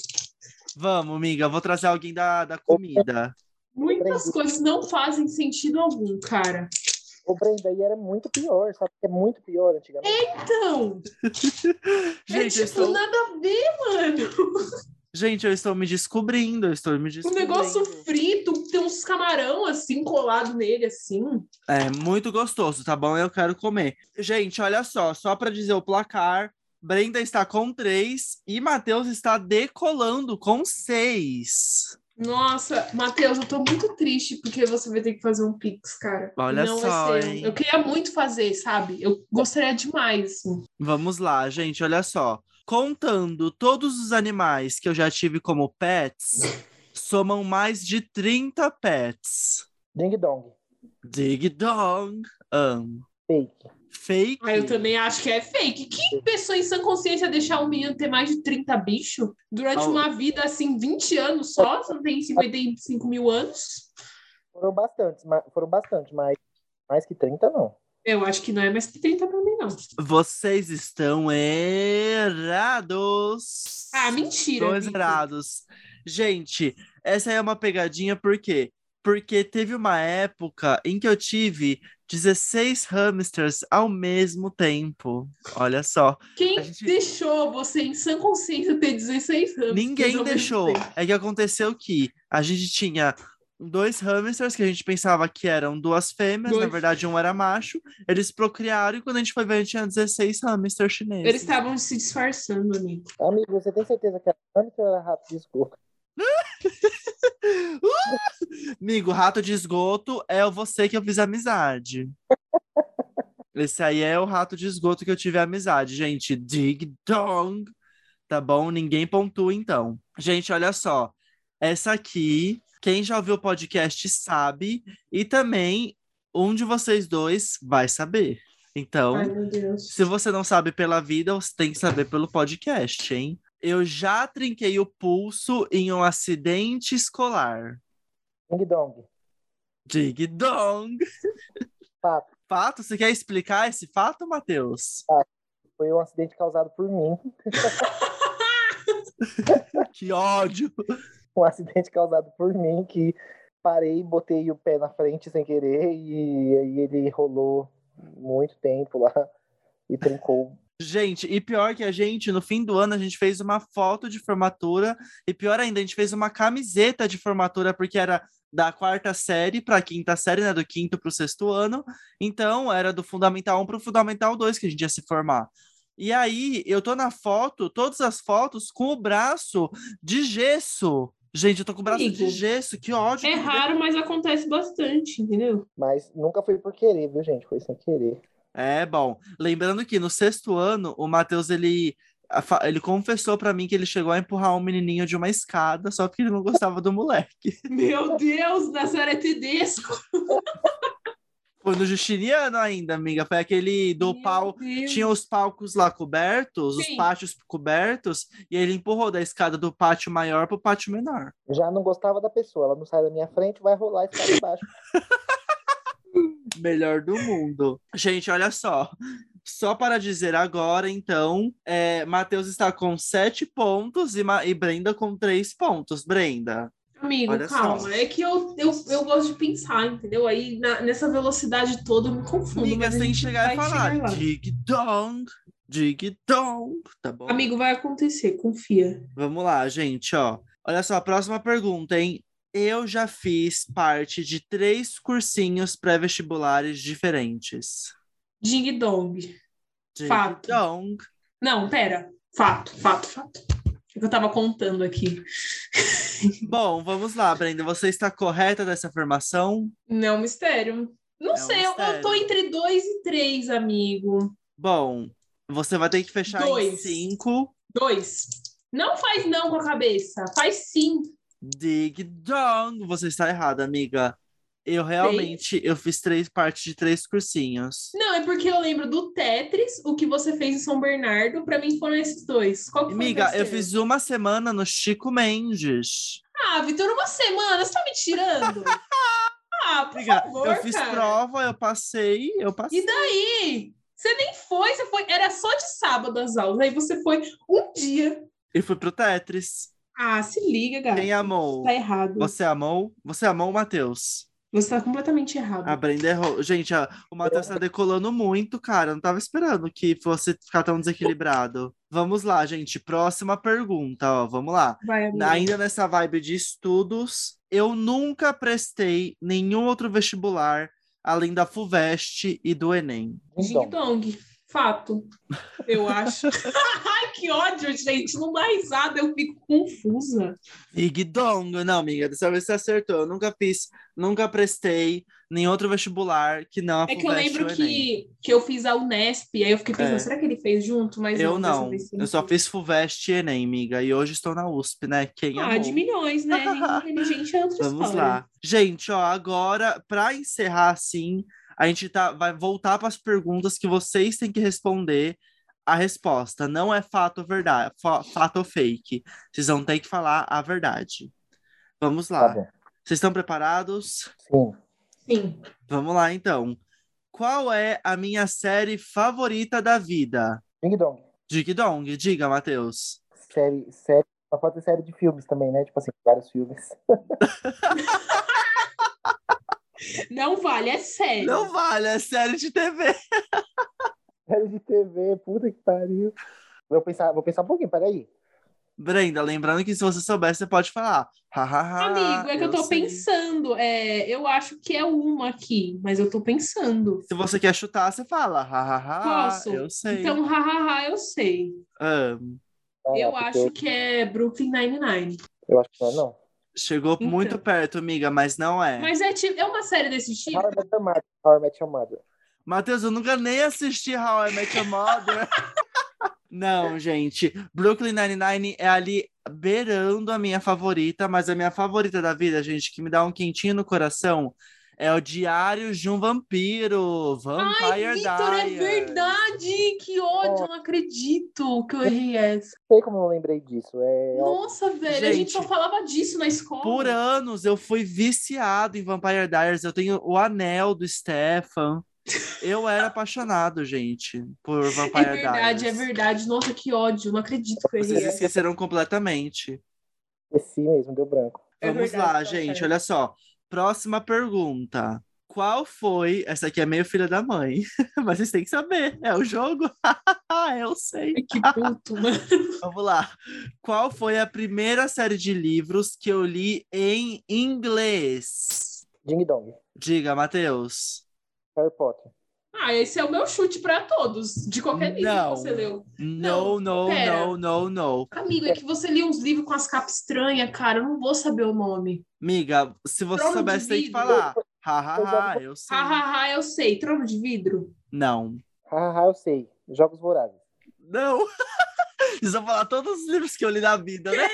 Vamos, amiga, eu vou trazer alguém da, da comida.
muitas coisas não fazem sentido algum, cara.
Ô, Brenda, e era muito pior, sabe? É muito pior antigamente.
Então, é
Gente,
tipo
eu estou,
nada a ver, mano.
gente, eu estou me descobrindo, eu estou me
Um
descobrindo.
negócio frito, tem uns camarão assim, colado nele, assim.
É muito gostoso, tá bom? Eu quero comer. Gente, olha só, só para dizer o placar, Brenda está com três e Matheus está decolando com seis.
Nossa, Matheus, eu tô muito triste porque você vai ter que fazer um pix, cara.
Olha
não
só,
vai ser. um.
hein?
Eu queria muito fazer, sabe? Eu gostaria demais, assim.
Vamos lá, gente, olha só. Contando todos os animais que eu já tive como pets, somam mais de 30 pets.
Ding dong.
Dig dong. Amo.
Fake.
Fake.
Ah, eu também acho que é fake. Que pessoa em sã consciência deixar um menino ter mais de 30 bichos durante
Ah, o-
uma vida assim, 20 anos só? Você não tem 55 mil anos?
Foram bastantes, ma- foram bastante, mas mais que 30 não.
Eu acho que não é mais que 30 pra mim, não.
Vocês estão errados.
Ah, mentira.
Dois
Vitor.
errados. Gente, essa aí é uma pegadinha, por quê? Porque teve uma época em que eu tive 16 hamsters ao mesmo tempo. Olha só.
Quem
A gente-
deixou você em sã consciência ter 16 anos? Mas
Ninguém
ao mesmo
deixou.
tempo.
É que aconteceu que a gente tinha dois hamsters que a gente pensava que eram duas fêmeas, na
Dois.
verdade um era macho. Eles procriaram e quando a gente foi ver, a gente tinha 16 hamsters chineses.
Eles estavam se disfarçando, amigo.
Amigo, você tem certeza que a Hamster era rato de esgoto?
Amigo, rato de esgoto é o você que eu fiz amizade. Esse aí é o rato de esgoto que eu tive amizade, gente. Dig dong. Tá bom? Ninguém pontua, então. Gente, olha só. Essa aqui, quem já ouviu o podcast sabe. E também, um de vocês dois vai saber. Então,
Ai, meu Deus.
se você não sabe pela vida, você tem que saber pelo podcast, hein? Eu já trinquei o pulso em um acidente escolar.
Ding dong.
Dig dong!
Fato.
Fato? Você quer explicar esse fato, Matheus?
Foi um acidente causado por mim. <laughs>
Que ódio!
Um acidente causado por mim que parei, botei o pé na frente sem querer e aí ele rolou muito tempo lá e trincou.
Gente, e pior que a gente, no fim do ano, a gente fez uma foto de formatura, e pior ainda, a gente fez uma camiseta de formatura, porque era da quarta série para a quinta série, né? Do quinto para o sexto ano. Então, era do Fundamental 1 para o Fundamental 2 que a gente ia se formar. E aí, eu tô na foto, todas as fotos, com o braço de gesso. Gente, eu tô com o braço de
Amigo,
gesso, que ódio.
É
que me deu.
raro, mas acontece bastante, entendeu?
Mas nunca foi por querer, viu, gente? Foi sem querer.
É bom. Lembrando que no sexto ano, o Matheus ele a fa- ele confessou pra mim que ele chegou a empurrar um menininho de uma escada só porque ele não gostava do moleque.
Meu Deus, Nazaré Tedesco.
Foi no Justiniano ainda, amiga. Foi aquele do
Meu
pau.
Deus.
Tinha os palcos lá cobertos, os
Sim.
pátios cobertos, e ele empurrou da escada do pátio maior pro pátio menor.
Já não gostava da pessoa, ela não sai da minha frente, vai rolar e sai embaixo.
Melhor do mundo. Gente, olha só. Só para dizer agora, então, é, Matheus está com sete pontos e, Ma- e Brenda com três pontos. Brenda,
Amigo,
Olha só.
calma. É que eu, eu, eu gosto de pensar, entendeu? Aí na- nessa velocidade toda eu me confundo.
amiga,
mas a
sem
gente
chegar
vai
e falar.
chegar lá.
dig dong, dig dong, tá bom?
Amigo, vai acontecer, confia.
Vamos lá, gente, ó. Olha só, a próxima pergunta, hein? Eu já fiz parte de três cursinhos pré-vestibulares diferentes.
Ding dong.
Dig
Fato.
dong.
Não, pera. Fato, fato, fato. É que eu tava contando aqui.
Bom, vamos lá, Brenda. Você está correta dessa afirmação?
Não é um mistério. Não
É um
sei, eu- eu tô
mistério.
entre dois e três, amigo.
Bom, você vai ter que fechar
Dois.
em cinco.
Dois. Não faz não com a cabeça. Faz sim.
Dig dong. Você está errada, amiga. Eu realmente eu fiz três partes de três cursinhos.
Não, é porque eu lembro do Tetris, o que você fez em São Bernardo. Pra mim foram esses dois. Qual que foi o
Amiga, eu
terceiro?
fiz uma semana no Chico Mendes.
Ah, Vitor, uma semana? Você tá me
<laughs>
tirando? ah, por
Amiga,
favor,
eu fiz
cara.
prova, eu passei, eu passei.
E daí? Você nem foi, você foi. Era só de sábado as aulas. Aí você foi um dia.
E fui pro Tetris.
Ah, se liga, garoto.
Quem amou?
Tá errado. Você...
Você amou? Você amou o Matheus?
tá completamente errado.
A Brenda errou. Gente, a- o Matheus tá decolando muito, cara. Eu não tava esperando que fosse ficar tão desequilibrado. Vamos lá, gente. Próxima pergunta, ó. Vamos lá.
Vai, amigo.
Ainda nessa vibe de estudos, eu nunca prestei nenhum outro vestibular além da FUVEST e do Enem.
<laughs> Ding dong. Fato. Eu
<laughs>
acho. Ai, que ódio, gente. Não dá risada, eu fico confusa.
Ig Dong, não, amiga, dessa vez você acertou. Eu nunca fiz, nunca prestei nenhum outro vestibular que não a
É
FUVEST
que eu
e
lembro
o Enem.
que, que eu fiz a Unesp, aí eu fiquei pensando,
É.
será que ele fez junto? Mas
Eu
dessa
não.
vez sim.
Eu só fiz FUVEST e Enem, amiga. E hoje estou na USP, né? Quem
Ah,
amou?
de milhões, né?
<laughs>
Inteligente é outra
Vamos
história.
lá. Gente, ó, agora, para encerrar assim, a gente tá, vai voltar para as perguntas que vocês têm que responder a resposta. Não é fato ou verdade, fa- fato ou fake. Vocês vão ter que falar a verdade. Vamos
Tá
lá.
bom.
Vocês estão preparados?
Sim.
Sim.
Vamos lá, então. Qual é a minha série favorita da vida?
Ding Dong.
Dig Dong, diga, Matheus.
Série, série. Só falta série de filmes também, né? Tipo assim, vários filmes. <laughs>
Não vale, é sério.
Não vale, é série de TV.
Série de TV, puta que pariu. Vou pensar, vou pensar um pouquinho, peraí.
Brenda, lembrando que se você souber, você pode falar. Ha, ha, ha,
Amigo, é que eu tô
sei.
pensando. É, eu acho que é uma aqui, mas eu tô pensando.
Se você quer chutar, você fala. Ha, ha, ha,
Posso?
Eu sei.
Então, hahaha, eu sei.
Ah,
Caraca,
eu acho
Eu,
que é Brooklyn Nine-Nine.
eu acho que não é, não.
chegou
Então.
muito perto, amiga, mas não é.
Mas é, tipo, é uma série desse tipo?
How I Met Your Mother. How I Met Your Mother.
Matheus, eu nunca nem assisti How I Met Your Mother.
<laughs>
não, gente. Brooklyn Nine-Nine é ali beirando a minha favorita, mas a minha favorita da vida, gente, que me dá um quentinho no coração, é o Diário de um Vampiro. Vampire
Vitor, é
Diaries.
verdade! Que ódio, eu não acredito que eu errei essa.
Não sei como eu não lembrei disso. É,
Nossa, velho, a gente
Gente.
só falava disso na escola.
Por anos eu fui viciado em Vampire Diaries. Eu tenho o anel do Stefan. Eu era apaixonado, gente, por
É
Vampire Diaries.
verdade, é verdade. Nossa, que ódio, não acredito que eu errei
Vocês
essa.
esqueceram completamente.
esqueci mesmo, deu branco.
É
Vamos
verdade,
lá,
tá
gente.
certo.
Olha só. Próxima pergunta. Qual foi? Essa aqui é meio filha da mãe, <laughs> mas vocês têm que saber. É o jogo? <laughs> eu sei.
Que puto, né? mano.
Vamos lá. Qual foi a primeira série de livros que eu li em inglês?
Ding Dong.
Diga, Matheus.
Harry Potter.
Ah, esse é o meu chute pra todos, de qualquer livro
Não.
que você leu.
No, no,
pera.
no, no, no.
Amigo, é que você lia uns livros com as capas estranhas, cara. Eu não vou saber o nome.
Miga, se você
Trono de
soubesse, tem que
vidro.
falar. Ha, ha, ha, eu sei.
Hahaha, eu sei. Trono de vidro?
Não. <laughs>
Hahaha, eu sei. Jogos Vorazes.
Não. <laughs> Vocês vão falar todos os livros que eu li na vida, né?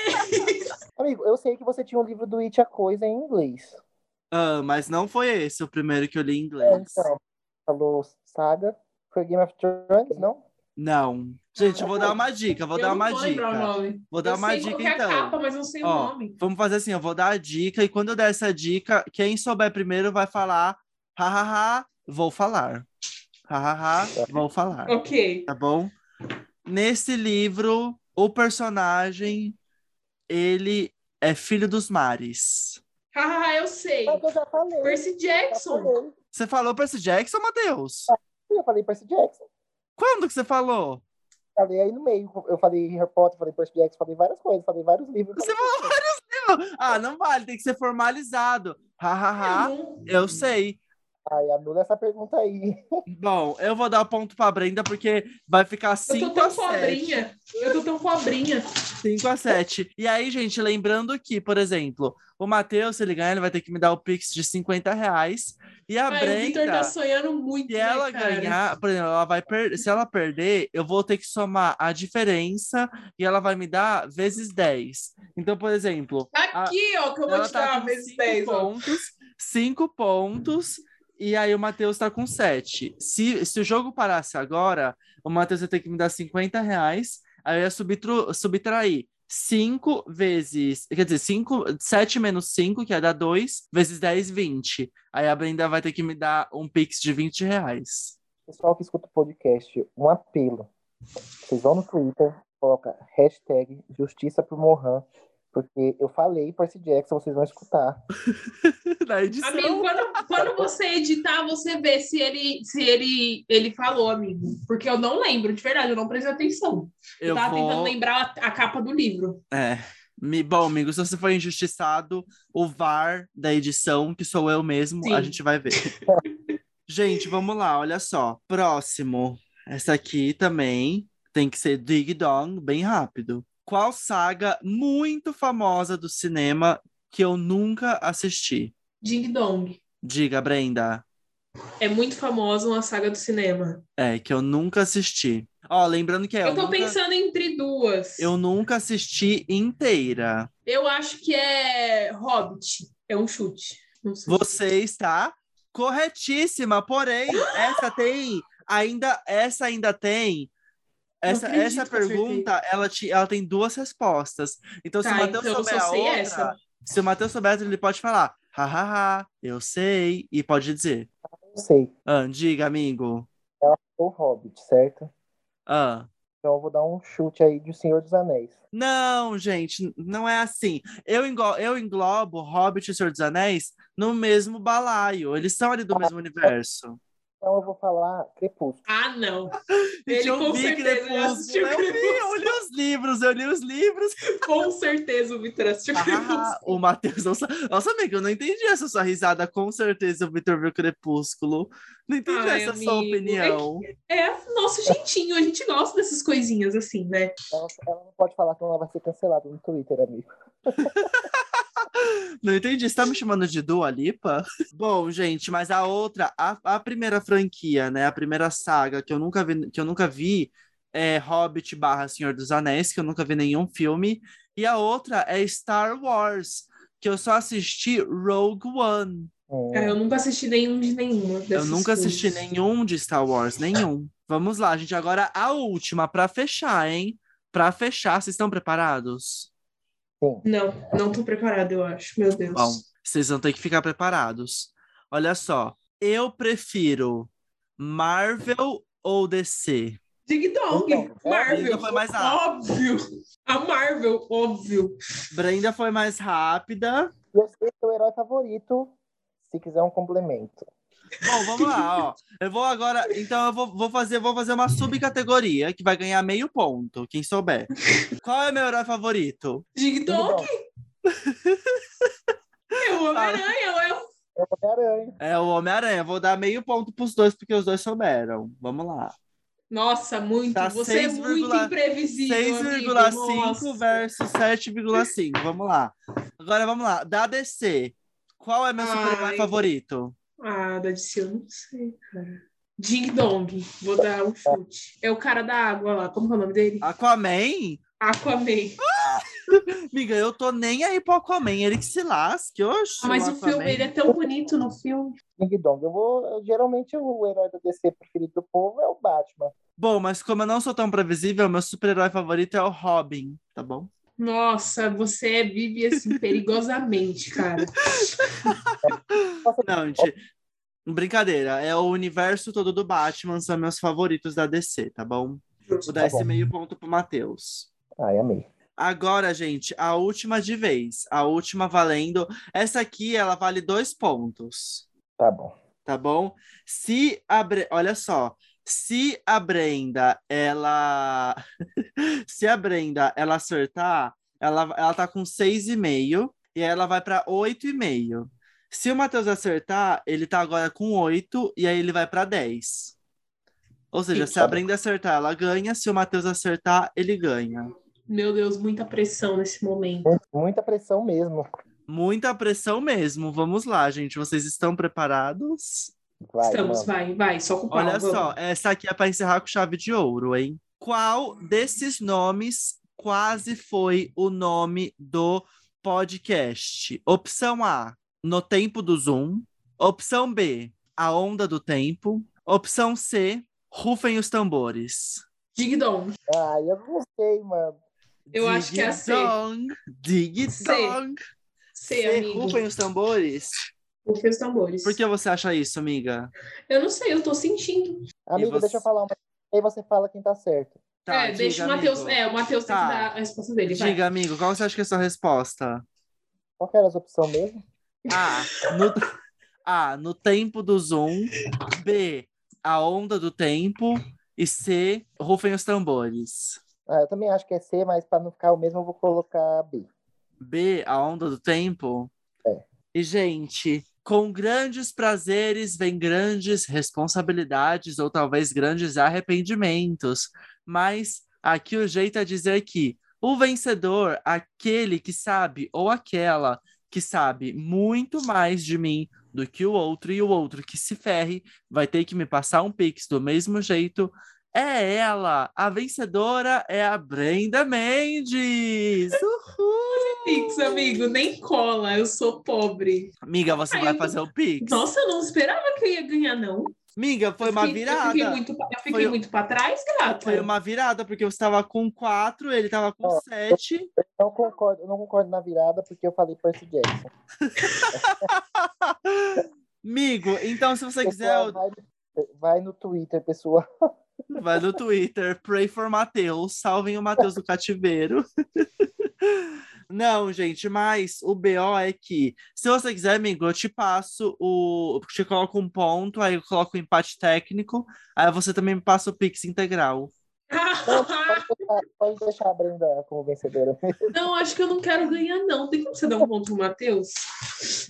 Amigo, eu sei que você tinha um livro do It a Coisa em inglês.
Ah, mas não foi esse o primeiro que eu li em
É,
inglês.
então, falou Saga. Foi Game of Thrones, não?
Não. Gente, eu vou dar uma dica, vou
eu
dar
não
uma
vou
dica.
lembrar o nome.
Vou dar
eu
uma
sei
dica
qual que é
então.
a capa, mas eu não sei
Ó,
o nome.
Vamos fazer assim, eu vou dar a dica e quando eu der essa dica, quem souber primeiro vai falar, hahaha, vou falar. Hahaha, vou falar.
Ok.
Tá bom? Nesse livro, o personagem ele é filho dos mares.
Hahaha, eu sei.
Mas eu já falei.
Percy
já
Jackson.
falei.
Você falou Percy Jackson, Matheus?
Eu falei Percy Jackson.
Quando que você falei
Falei aí no meio. Eu falei Harry Potter, falei Percy Jackson, falei várias coisas, falei vários livros.
Você
falou
Ah, não vale, tem que ser formalizado. Hahaha, eu sei.
Ai, anula essa pergunta aí.
Bom, eu vou dar o ponto pra Brenda porque vai ficar
Eu
5
tô
a
tão
7.
pobrinha. Eu tô tão pobrinha.
5 a 7. E aí, gente, lembrando que, por exemplo, o Matheus, se ele ganhar, ele vai ter que me dar o Pix de 50 reais. E a
Ai, o Vitor
Brenda.
tá sonhando muito.
Se
né,
ela
cara?
ganhar, por exemplo, ela vai per- se ela perder, eu vou ter que somar a diferença e ela vai me dar vezes 10. Então, por exemplo,
Tá Aqui, ó, que eu vou
ela
te dar
tá
uma
com
vezes
5
10, ó.
pontos, 5 pontos, e aí o Matheus tá com 7. Se, se o jogo parasse agora, o Matheus ia ter que me dar 50 reais, aí eu ia subtru- subtrair 5 vezes, quer dizer, 5, 7 menos 5, que ia dar 2, vezes 10, 20. Aí a Brenda vai ter que me dar um Pix de 20 reais. <laughs>
Pessoal que escuta o podcast, um apelo. Vocês vão no Twitter, coloca hashtag Justiça pro Mohan, porque eu falei Percy Jackson, vocês vão escutar.
na edição.
Amigo, quando, quando você editar, você vê se ele se ele, ele falou, amigo. Porque eu não lembro, de verdade, eu não prestei atenção. Eu,
eu
tava tá tentando
vou.
lembrar a, a capa do livro.
É. Me, bom, amigo, se você for injustiçado, o VAR da edição, que sou eu mesmo,
Sim.
a gente vai ver. <laughs> gente, vamos lá, olha só. Próximo. Essa aqui também tem que ser Dig Dong, bem rápido. Qual saga muito famosa do cinema que eu nunca assisti?
Ding Dong.
Diga, Brenda.
É muito famosa uma saga do cinema.
É, que eu nunca assisti. Ó, lembrando que é.
eu tô
nunca-
pensando entre duas.
Eu nunca assisti inteira.
Eu acho que é Hobbit. É um chute. Não sei.
Você está corretíssima, porém, essa tem ainda, essa ainda tem. Essa,
acredito
essa
que eu acertei.
pergunta, ela, te, ela tem duas respostas. Então, se
Tá,
o Matheus
então eu
souber
só
a
sei
outra,
essa.
se o Matheus souber, a outra, ele pode falar, hahaha, eu sei, e pode dizer,
Não sei,
ah, diga, amigo,
ou Hobbit, certo?
ah.
Então eu vou dar um chute aí de Senhor dos Anéis.
Não, gente, não é assim. Eu, englo- eu englobo Hobbit e Senhor dos Anéis no mesmo balaio. Eles são ali do mesmo universo.
Então eu vou falar Crepúsculo.
Ah, não. <laughs>
Gente,
Ele
eu
com
vi
certeza já assistiu
Crepúsculo. né? Eu vi, eu li os livros, eu li os
<laughs>
livros.
Com certeza o Vitor assistiu
Ah, o Matheus não sa... Nossa, amigo, eu não entendi essa sua risada. Com certeza o Vitor viu Crepúsculo. Não entendi
Ai,
essa sua
amigo, é
opinião.
<laughs> É nosso jeitinho, a gente gosta dessas coisinhas assim, né?
Ela, ela não pode falar que ela vai ser cancelada no Twitter, amigo.
Não entendi. Você tá me chamando de Dua Lipa? <laughs> Bom, gente, mas a outra, a, a primeira franquia, né? A primeira saga que eu nunca vi, que eu nunca vi é Hobbit barra Senhor dos Anéis, que eu nunca vi nenhum filme. E a outra é Star Wars, que eu só assisti Rogue One.
Hum,
Cara, É, eu nunca assisti nenhum de nenhuma.
É. Eu
dessas
nunca
coisas.
assisti nenhum de Star Wars, nenhum. Vamos lá, gente. Agora a última pra fechar, hein? Pra fechar, vocês estão preparados?
Não, não tô preparada, eu acho. Meu Deus.
Bom, vocês vão ter que ficar preparados. Olha só, eu prefiro Marvel ou DC?
Dig Dong,
Então, é,
Marvel.
ainda foi mais rápido.
óbvio. A Marvel, óbvio.
Brenda foi mais rápida.
E eu sei que o herói favorito, se quiser um complemento.
Bom, vamos lá, ó. Eu vou agora, então eu vou, vou fazer, vou fazer uma subcategoria que vai ganhar meio ponto, quem souber. Qual é meu herói favorito?
Dig Dong
Então,
é o
Tá.
Homem-Aranha, é o
É o Homem-Aranha.
É o Homem-Aranha. Vou dar meio ponto pros dois, porque os dois souberam. Vamos lá.
Nossa, muito.
Tá
Você é
6,5
muito imprevisível.
6,5 versus 7,5. Vamos lá. Agora vamos lá. Da DC. Qual é meu
Ai.
super-herói favorito?
Ah, da DC, eu não sei, cara. Ding Dong. Vou dar um chute. É o cara da água lá. Como que é o nome dele?
Aquaman?
Aquaman.
Miga, eu tô nem aí pro Aquaman. Ele que se lasque, oxe.
Mas o filme,
Aquaman.
ele é tão bonito no filme.
Ding Dong. Eu vou. eu- geralmente o herói da DC preferido do povo é o Batman.
Bom, mas como eu não sou tão previsível, meu super-herói favorito é o Robin, tá bom?
Nossa, você vive assim perigosamente, cara.
Não, gente. Brincadeira, é o universo todo do Batman, são meus favoritos da DC, tá bom? Vou dar
Tá
esse
bom.
meio ponto pro Matheus.
Ai, amei.
Agora, gente, a última de vez. A última valendo. Essa aqui, ela vale dois pontos.
Tá bom.
tá bom? Se a Bre... olha só, se a Brenda ela <laughs> se a Brenda ela acertar, ela ela tá com 6,5 e aí ela vai para 8,5. Se o Matheus acertar, ele tá agora com 8 e aí ele vai para 10. Ou seja,
Sim.
se a Brenda acertar, ela ganha, se o Matheus acertar, ele ganha.
Meu Deus, muita pressão nesse momento.
Mu- Muita pressão mesmo.
Muita pressão mesmo. Vamos lá, gente. Vocês estão preparados?
Vai, mano.
Estamos, vai, vai, só com o pau,
Olha
vamos.
só, essa aqui é para encerrar com chave de ouro, hein? Qual desses nomes quase foi o nome do podcast? Opção A, No Tempo do Zoom. Opção B, A Onda do Tempo. Opção C, Rufem os Tambores.
Dig Dong.
Ai, eu não sei, mano.
Eu acho que é a C.
Dong, dig
C,
dong.
Sei,
C,
amigo.
Rufem os Tambores.
Rufem os tambores.
Por que você acha isso, amiga?
Eu não sei, eu tô sentindo.
Amigo,
você-
deixa eu falar uma. Aí você fala quem tá certo.
é, deixa o Matheus.
amigo.
É, o Matheus tem
Tá.
que dar a resposta dele. vai.
Diga, amigo, qual você acha que é a sua resposta?
<laughs>
Qual que era as opções mesmo?
A. No, A. No tempo do Zoom. B. A onda do tempo. E C. Rufem os tambores.
Ah, eu também acho que é C, mas pra não ficar o mesmo, eu vou colocar B.
B. A onda do tempo.
É.
E, gente, com grandes prazeres vem grandes responsabilidades ou talvez grandes arrependimentos. Mas aqui o jeito é dizer que o vencedor, aquele que sabe ou aquela que sabe muito mais de mim do que o outro e o outro que se ferre vai ter que me passar um pix do mesmo jeito. É ela, a vencedora é a Brenda Mendes. Uhul!
Pix, amigo, nem cola, eu sou pobre.
Amiga, você
Ai,
vai
eu-
fazer o pix?
Nossa, eu não esperava que eu ia ganhar, não.
Amiga, foi
Eu
uma
fiquei- Eu fiquei
virada.
muito, eu fiquei
Foi-
muito pra trás, gata.
Foi uma virada, porque você tava com 4, ele tava com
Ó,
7.
Eu não concordo, eu não concordo na virada porque eu falei Percy Jackson.
Amigo, então se você quiser,
Pessoal, vai, no- vai no Twitter, pessoal.
<laughs> vai no Twitter, pray for Mateus, salvem o Mateus do cativeiro. <laughs> Não, gente, mas o BO é que, se você quiser, amigo, eu te passo o. Te coloco um ponto, aí eu coloco o empate técnico, aí você também me passa o Pix integral.
Pode deixar, pode deixar a Brenda como vencedora.
<laughs> não, acho que eu não quero ganhar, não. Tem como você dar um ponto pro Matheus?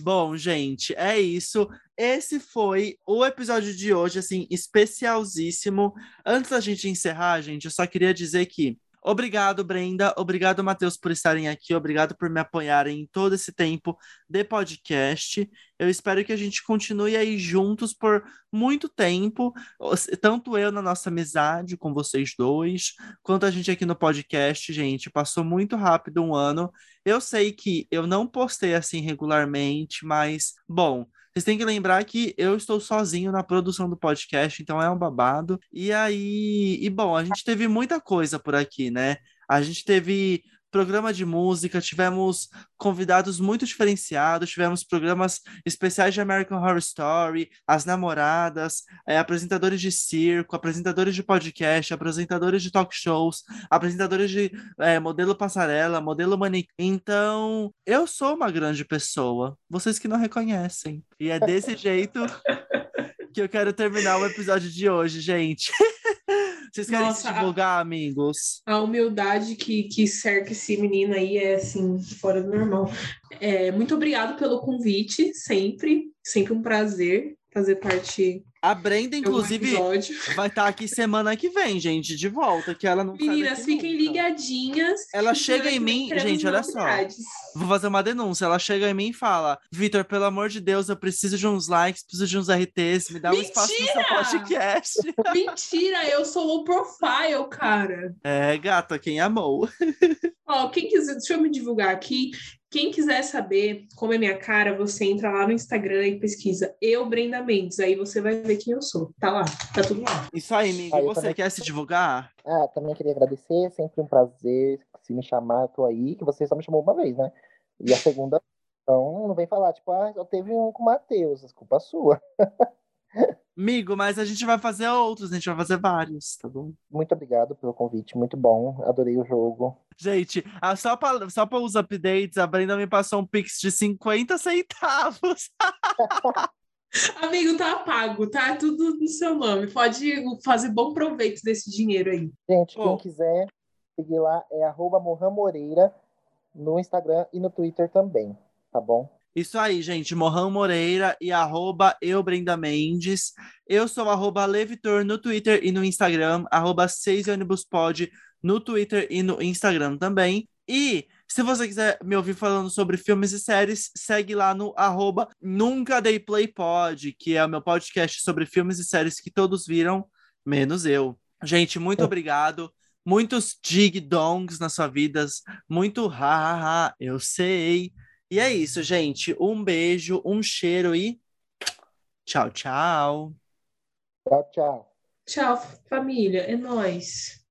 Bom, gente, é isso. Esse foi o episódio de hoje, assim, especialzíssimo. Antes da gente encerrar, gente, eu só queria dizer que obrigado, Brenda, obrigado, Matheus, por estarem aqui, obrigado por me apoiarem em todo esse tempo de podcast. Eu espero que a gente continue aí juntos por muito tempo, os- tanto eu na nossa amizade com vocês dois, quanto a gente aqui no podcast, gente. Passou muito rápido um ano. Eu sei que eu não postei assim regularmente, mas, bom, vocês têm que lembrar que eu estou sozinho na produção do podcast, então é um babado. E aí, e bom, a gente teve muita coisa por aqui, né? A gente teve programa de música, tivemos convidados muito diferenciados, tivemos programas especiais de American Horror Story, As Namoradas, eh, apresentadores de circo, apresentadores de podcast, apresentadores de talk shows, apresentadores de é, modelo passarela, modelo manequim. Então, eu sou uma grande pessoa. Vocês que não reconhecem. E é desse jeito que eu quero terminar o episódio de hoje, gente. <laughs> Vocês querem
Nossa,
se
a-
divulgar, amigos?
A humildade que, que cerca esse menino aí é, assim, fora do normal. É, muito obrigado pelo convite, sempre. Sempre um prazer fazer parte
A Brenda,
algum
inclusive,
episódio.
vai estar aqui semana que vem, gente, de volta, que ela não sai
Meninas,
daqui
fiquem
nunca.
ligadinhas.
Ela
que
chega em
semana que vem
mim-
teremos
gente, olha só.
novidades.
Vou fazer uma denúncia. Ela chega em mim e fala: Vitor, pelo amor de Deus, eu preciso de uns likes, preciso de uns RTs, me dá um espaço no seu
Mentira!
podcast. <laughs>
Mentira, eu sou low profile, cara.
É, gata, quem amou?
Ó, quem quiser, deixa eu me divulgar aqui. Quem quiser saber como é minha cara, você entra lá no Instagram e pesquisa eu, Brenda Mendes. Aí você vai ver quem eu sou. Tá lá, tá tudo lá.
Isso aí, amiga.
Ah, eu
Você
também.
quer se divulgar?
Ah, também queria agradecer, sempre um prazer. Se me chamar, eu tô aí, que você só me chamou uma vez, né? E a segunda, então não vem falar, tipo, ah, eu teve um com o Matheus, desculpa sua.
Amigo, mas a gente vai fazer outros, a gente vai fazer vários, tá bom?
Muito obrigado pelo convite, muito bom, adorei o jogo.
Gente, ah, só para só pra os updates, a Brenda me passou um pix de 50 centavos.
Amigo, tá pago, tá tudo no seu nome. Pode fazer bom proveito desse dinheiro aí.
Gente,
Bom.
quem quiser seguir lá é arroba Mohan Moreira no Instagram e no Twitter também, tá bom?
Isso aí, gente. Morrão Moreira e arroba eu, Brenda Mendes. Eu sou arroba Levitor no Twitter e no Instagram. Arroba 6 ônibuspod no Twitter e no Instagram também. E se você quiser me ouvir falando sobre filmes e séries, segue lá no arroba Nunca Dei Play Pod, que é o meu podcast sobre filmes e séries que todos viram, menos eu. Gente, muito obrigado. Muitos dig-dongs nas suas vidas. Muito ha, ha, ha eu sei. E é isso, gente. Um beijo, um cheiro e tchau, tchau.
Tchau, tchau.
Tchau, família. É nóis.